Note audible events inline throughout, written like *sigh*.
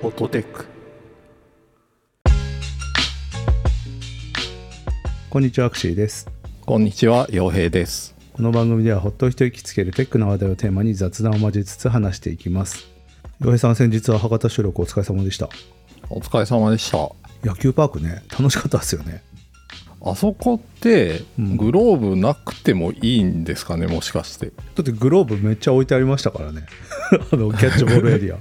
フォトテックこんにちはアクシーですこんにちは陽平ですこの番組ではほっと一息つけるテックな話題をテーマに雑談を交えつつ話していきます洋平さん先日は博多収録お疲れ様でしたお疲れ様でした野球パークね楽しかったですよねあそこってうんグローブなくてもいいんですかねもしかしてだってグローブめっちゃ置いてありましたからね *laughs* あのキャッチボールエリア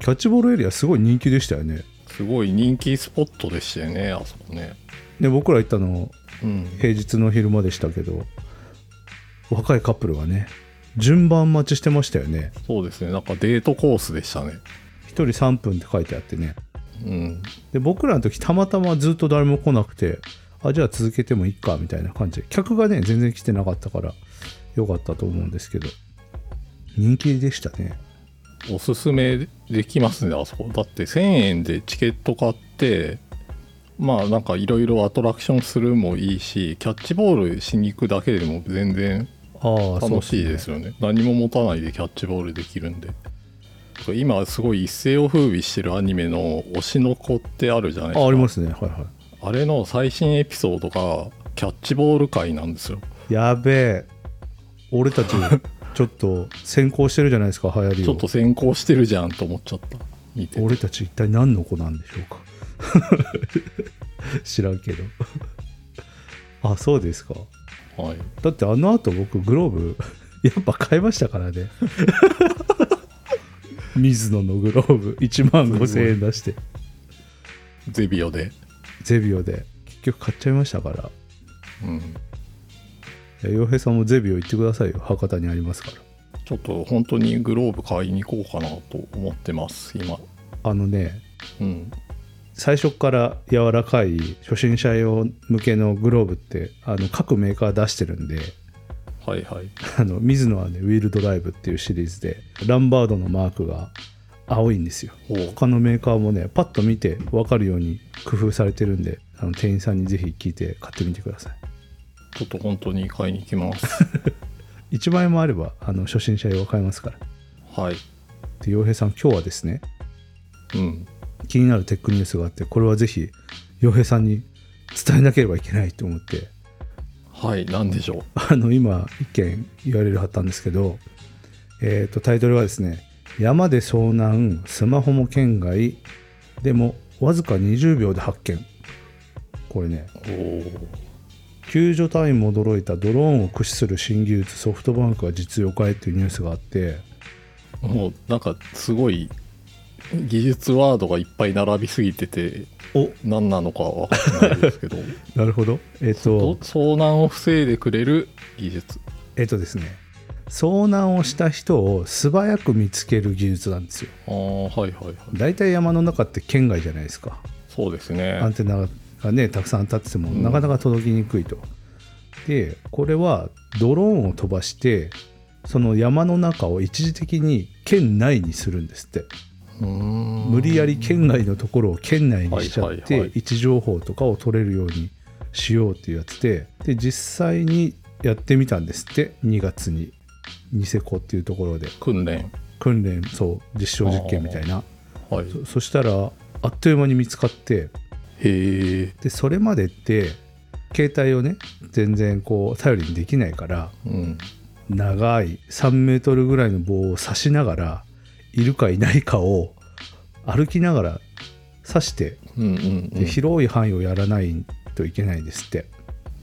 キャッチボールエリアすごい人気でしたよねすごい人気スポットでしたよねあそこねで僕ら行ったのうん平日の昼間でしたけど若いカップルがね順番待ちしてましたよねそうですねなんかデートコースでしたね1人3分って書いてあってねうんで僕らの時たまたまずっと誰も来なくてあじゃあ続けてもいいかみたいな感じで客がね全然来てなかったからよかったと思うんですけど人気でしたねおすすめできますねあそこだって1000円でチケット買ってまあなんかいろいろアトラクションするもいいしキャッチボールしに行くだけでも全然ああ楽しいですよね何も持たないでキャッチボールできるんで今すごい一世を風靡してるアニメの「推しの子」ってあるじゃないですあかありますねはいはあれの最新エピソードがキャッチボール界なんですよいやべえ俺 *laughs* たちちょっと先行してるじゃないですか流行りをちょっと先行してるじゃんと思っちゃった見て俺たち一体何の子なんでしょうか *laughs* 知らんけどあそうですかはいだってあの後僕グローブ *laughs* やっぱ買いましたからね *laughs* 水野のグローブ1万5000円出してゼビオでゼビオで結局買っちゃいましたからうんいや洋平さんもゼビオ行ってくださいよ博多にありますからちょっと本当にグローブ買いに行こうかなと思ってます今あのねうん最初から柔らかい初心者用向けのグローブってあの各メーカー出してるんではいはいあの水野はねウィールドライブっていうシリーズでランバードのマークが青いんですよほう他のメーカーもねパッと見て分かるように工夫されてるんであの店員さんにぜひ聞いて買ってみてくださちょっと本当に買いに行きますい1万円もあればあの初心者用買えますからはいで洋平さん今日はですねうん気になるテックニュースがあってこれはぜひ洋平さんに伝えなければいけないと思ってはい何でしょうあの今一件言われるはったんですけど、えー、とタイトルはですね「山で遭難スマホも圏外でもわずか20秒で発見」これねおー救助隊員も驚いたドローンを駆使する新技術ソフトバンクが実用化へっていうニュースがあってもうなんかすごい技術ワードがいっぱい並びすぎててお何なのか分かんないですけ *laughs* どなるほどえっ、とど遭難を防いでくれる技術えっ、とですね遭難をした人を素早く見つける技術なんですよああはいはいはい大体山の中って県外じゃないですかそうですねアンテナがねたくさん立っててもうんなかなか届きにくいと、でこれはドローンを飛ばしてその山の中を一時的に県内にするんですって無無理やり県外のところを県内にしちゃっはいはいはて位い置情報とかを取れるようにしようっていうやつでで実際にやってみたんですって2月にニセコっていうところで訓練訓練そう実証実験みたいなはいそそしたらあっという間に見つかってへえでそれまでって携帯をね全然こう頼りにできないからうん長い3メートルぐらいの棒を刺しながらいるかいないかを歩きながら刺してうんうんで広い範囲をやらないといけないんですって、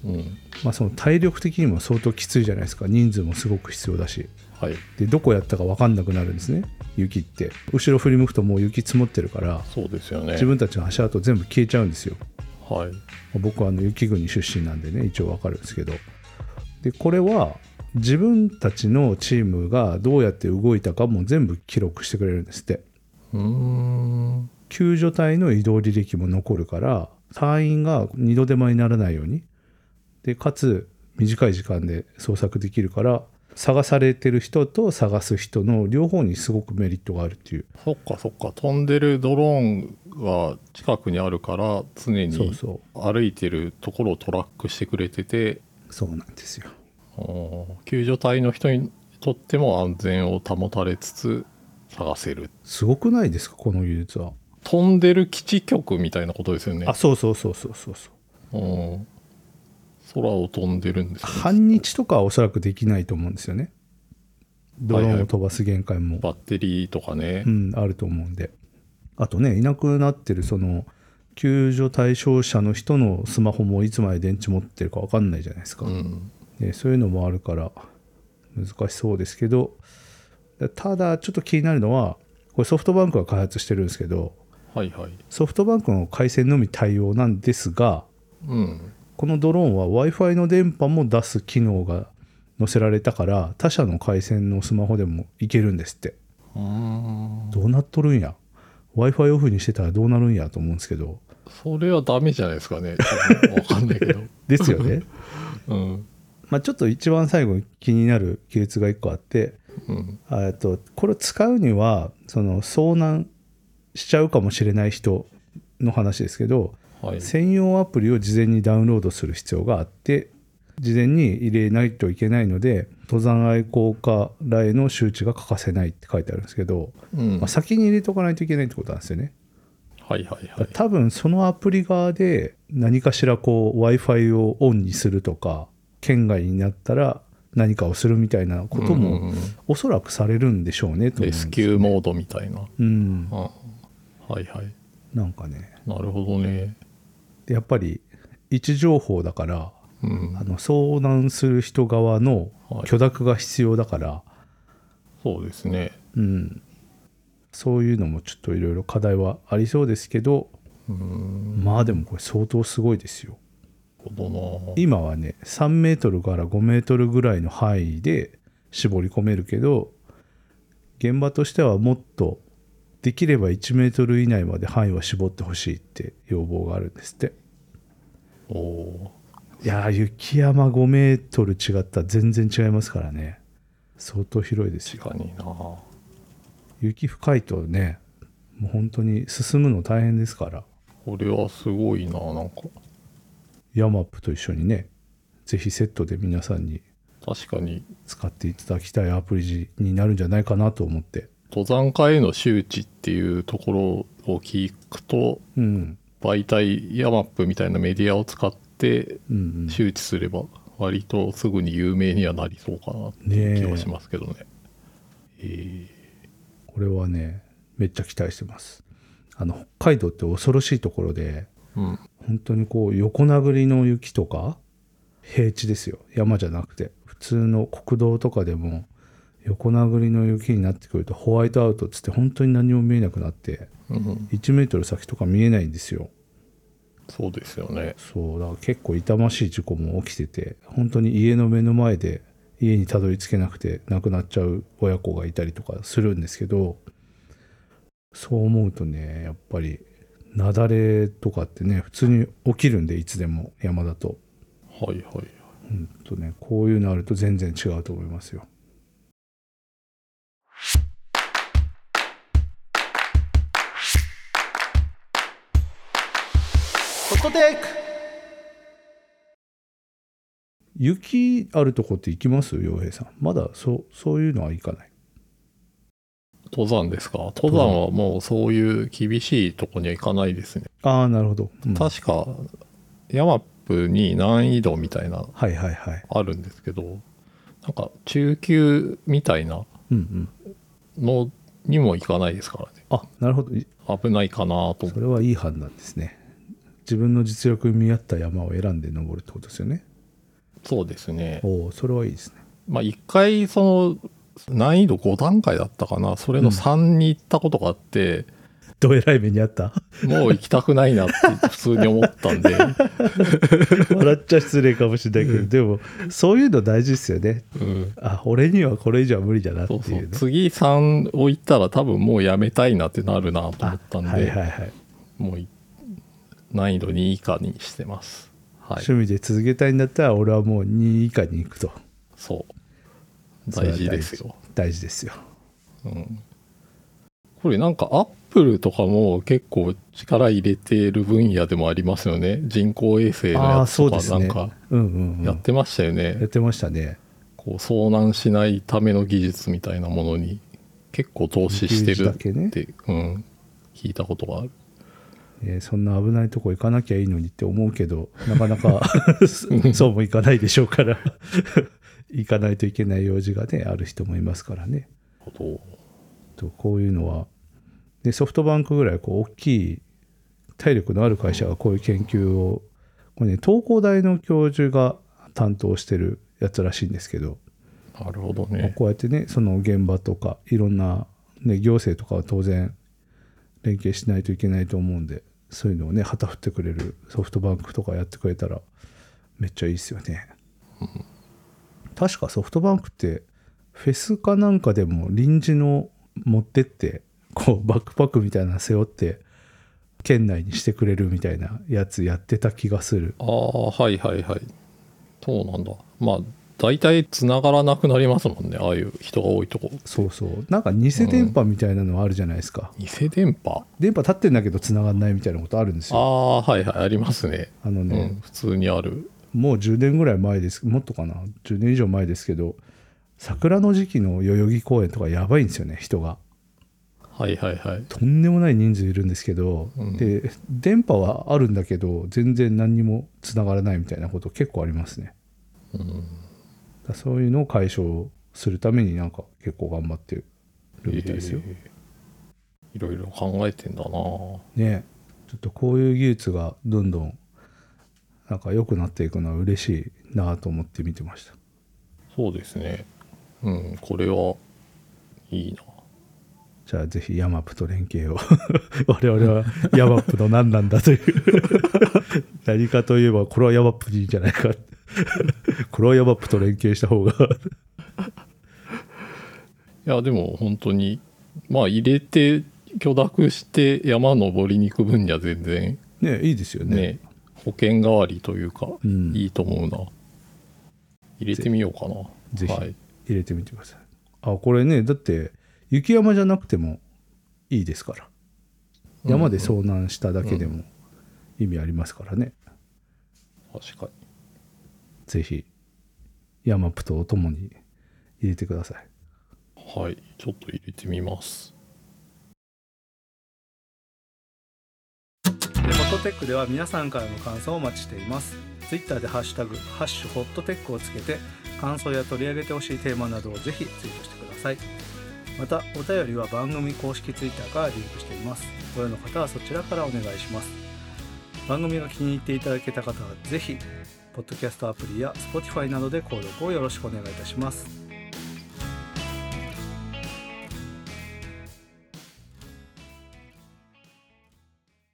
うんうんまあ、その体力的にも相当きついじゃないですか人数もすごく必要だしはいでどこやったか分かんなくなるんですね雪って後ろ振り向くともう雪積もってるからそうですよね自分たちの足跡全部消えちゃうんですよはい僕はあの雪国出身なんでね一応わかるんですけどでこれは自分たちのチームがどうやって動いたかも全部記録してくれるんですってうーん救助隊の移動履歴も残るから隊員が二度手間にならないようにでかつ短い時間で捜索できるから探されてる人と探す人の両方にすごくメリットがあるっていうそっかそっか飛んでるドローンが近くにあるから常そにうそ歩いてるところをトラックしてくれててうそうなんですよおー救助隊の人にとっても安全を保たれつつ探せるすごくないですかこの技術は飛んでる基地局みたいなことですよねあそうそうそうそうそうそううん空を飛んでるんですね半日とかはおそらくできないと思うんですよねドローンを飛ばす限界も、バッテリーとかね、うん、あると思うんであとねいなくなってるその救助対象者の人のスマホもいつまで電池持ってるか分かんないじゃないですか、うんね、そういうのもあるから難しそうですけどただちょっと気になるのはこれソフトバンクが開発してるんですけどはいはいソフトバンクの回線のみ対応なんですがうんこのドローンは w i f i の電波も出す機能が載せられたから他社の回線のスマホでもいけるんですってうーんどうなっとるんや w i f i オフにしてたらどうなるんやと思うんですけどそれはダメじゃないですかね多分わかんないけ *laughs* どですよねうんまあちょっと一番最後に気になる技術が1個あってうんえっとこれを使うにはその遭難しちゃうかもしれない人の話ですけど、はい専用アプリを事前にダウンロードする必要があって事前に入れないといけないので登山愛好家らへの周知が欠かせないって書いてあるんですけど、うんまあ、はい先に入れとかないといけないってことなんですよね。はいはい多分そのアプリ側で何かしらこう w i f i をオンにするとか県外になったら何かをするみたいなことうんうんうもんおそらくされるんでしょうねと思うんレですスキューモードみたいな、うんうん、はいはいなんかねなるほどねやっぱり位置情報だからうんあの遭難する人側のはい許諾が必要だから、そうですねうん、そういうのもちょっといろいろ課題はありそうですけどうんまあでもこれ相当すごいですよ。なるほどな今はね3メートルから5メートルぐらいの範囲で絞り込めるけど現場としてはもっとできれば1メートル以内まで範囲は絞ってほしいって要望があるんですって。おおいやー雪山5メートル違ったら全然違いますからね相当広いですーよ確かにな雪深いとねもう本当に進むの大変ですからこれはすごいななんかヤマップと一緒にねぜひセットで皆さんに確かに使っていただきたいアプリになるんじゃないかなと思って登山家への周知っていうところを聞くとうん媒体ヤマップみたいなメディアを使ってうんうん周知すれば割とすぐに有名にはなりそうかなっていう気はしますけどねえこれはねめっちゃ期待してますあの北海道って恐ろしいところでーうん本当にこう横殴りの雪とか平地ですよ山じゃなくて普通の国道とかでも横殴りの雪になってくるとホワイトアウトっつって本当に何も見えなくなってうん、 1メートル先とか見えないんですよそうですよねそうだから結構痛ましい事故も起きてて本当に家の目の前で家にたどり着けなくて亡くなっちゃう親子がいたりとかするんですけどそう思うとねやっぱり雪崩とかってね普通に起きるんでいつでも山だとはいはいはいうんとねこういうのあると全然違うと思いますよここで雪あるとこって行きます洋平さんまだそうそういうのは行かない登山ですか登山はもうそういう厳しいとこには行かないですね、ああなるほど、うんはい確かヤマップに難易度みたいなはいはいあるんですけどなんか中級みたいなうんうんのにも行かないですからねあなるほどい危ないかなと思それはいい判断ですね自分の実力に見合った山を選んで登るってことですよねそうですねおおそれはいいですねまあ一回その難易度5段階だったかなそれの3に行ったことがあって、どえらい目にあった *laughs* もう行きたくないなって普通に思ったん *laughs* で笑っちゃ失礼かもしれないけどでもそういうの大事ですよねうんあ俺にはこれ以上は無理だなってそいううそうね次3を行ったら多分もうやめたいなってなるなと思あったんで、はいはいはいもうい難易度2以下にしてますはい趣味で続けたいんだったら俺はもう2以下に行くとそう大事ですよ、大事ですようん、これなんかアップルとかも結構力入れてる分野でもありますよね人工衛星のああやーつそとうでかすなねんかうんうん、うん、やってましたよね、やってましたねこう遭難しないための技術みたいなものに結構投資してリフュージるだけねって、うん、聞いたことがあるえーそんな危ないとこ行かなきゃいいのにって思うけどなかなか *laughs* そうもいかないでしょうから *laughs* 行かないといけない用事がねある人もいますからねほどとこういうのはでソフトバンクぐらいこう大きい体力のある会社がこういう研究をこれね東工大の教授が担当してるやつらしいんですけど、なるほどまあねこうやってねその現場とかいろんな、ね、行政とかは当然連携しないといけないと思うんでそういうのをね旗振ってくれるソフトバンクとかやってくれたらめっちゃいいですよね。確かソフトバンクってフェスかなんかでも臨時の持ってってこうバックパックみたいなの背負って県内にしてくれるみたいなやつやってた気がするああはいはいはいそうなんだまあ大体つながらなくなりますもんねああいう人が多いとこそうそうなんか偽電波みたいなのあるじゃないですか、偽電波電波立ってんだけど繋がんないみたいなことあるんですあよあはいはいありますねあのね、うん、普通にあるもう10年ぐらい前ですもっとかな10年以上前ですけど桜の時期の代々木公園とかやばいんですよね人がはいはいはいとんでもない人数いるんですけど、うんで電波はあるんだけど全然何にもつながらないみたいなこと結構ありますねうんだからそういうのを解消するためになんか結構頑張ってるみたいですよ、えーいろいろ考えてんだなねちょっとこういう技術がどんどんなんか良くなっていくのは嬉しいなと思って見てましたそうですねうんこれはいいなじゃあぜひヤマップと連携を *laughs* 我々はヤマップの何なんだという *laughs* 何かといえばこれはヤマップでいいんじゃないか *laughs* これはヤマップと連携した方が *laughs* いやでも本当にまあ入れて許諾して山登りに行く分には全然ねいいですよねね保険代わりというか、うんいいと思うな入れてみようかなぜひはい、入れてみてくださいあこれねだって雪山じゃなくてもいいですからうん山で遭難しただけでも意味ありますからね、確かにぜひヤマップとお供に入れてくださいはい、ちょっと入れてみます。ホットテックでは皆さんからの感想をお待ちしています。ツイッターでハッシュタグ、ハッシュホットテックをつけて、感想や取り上げてほしいテーマなどをぜひツイートしてください。また、お便りは番組公式ツイッターからリンクしています。ご用の方はそちらからお願いします。番組が気に入っていただけた方はぜひ、ポッドキャストアプリや Spotify などで購読をよろしくお願いいたします。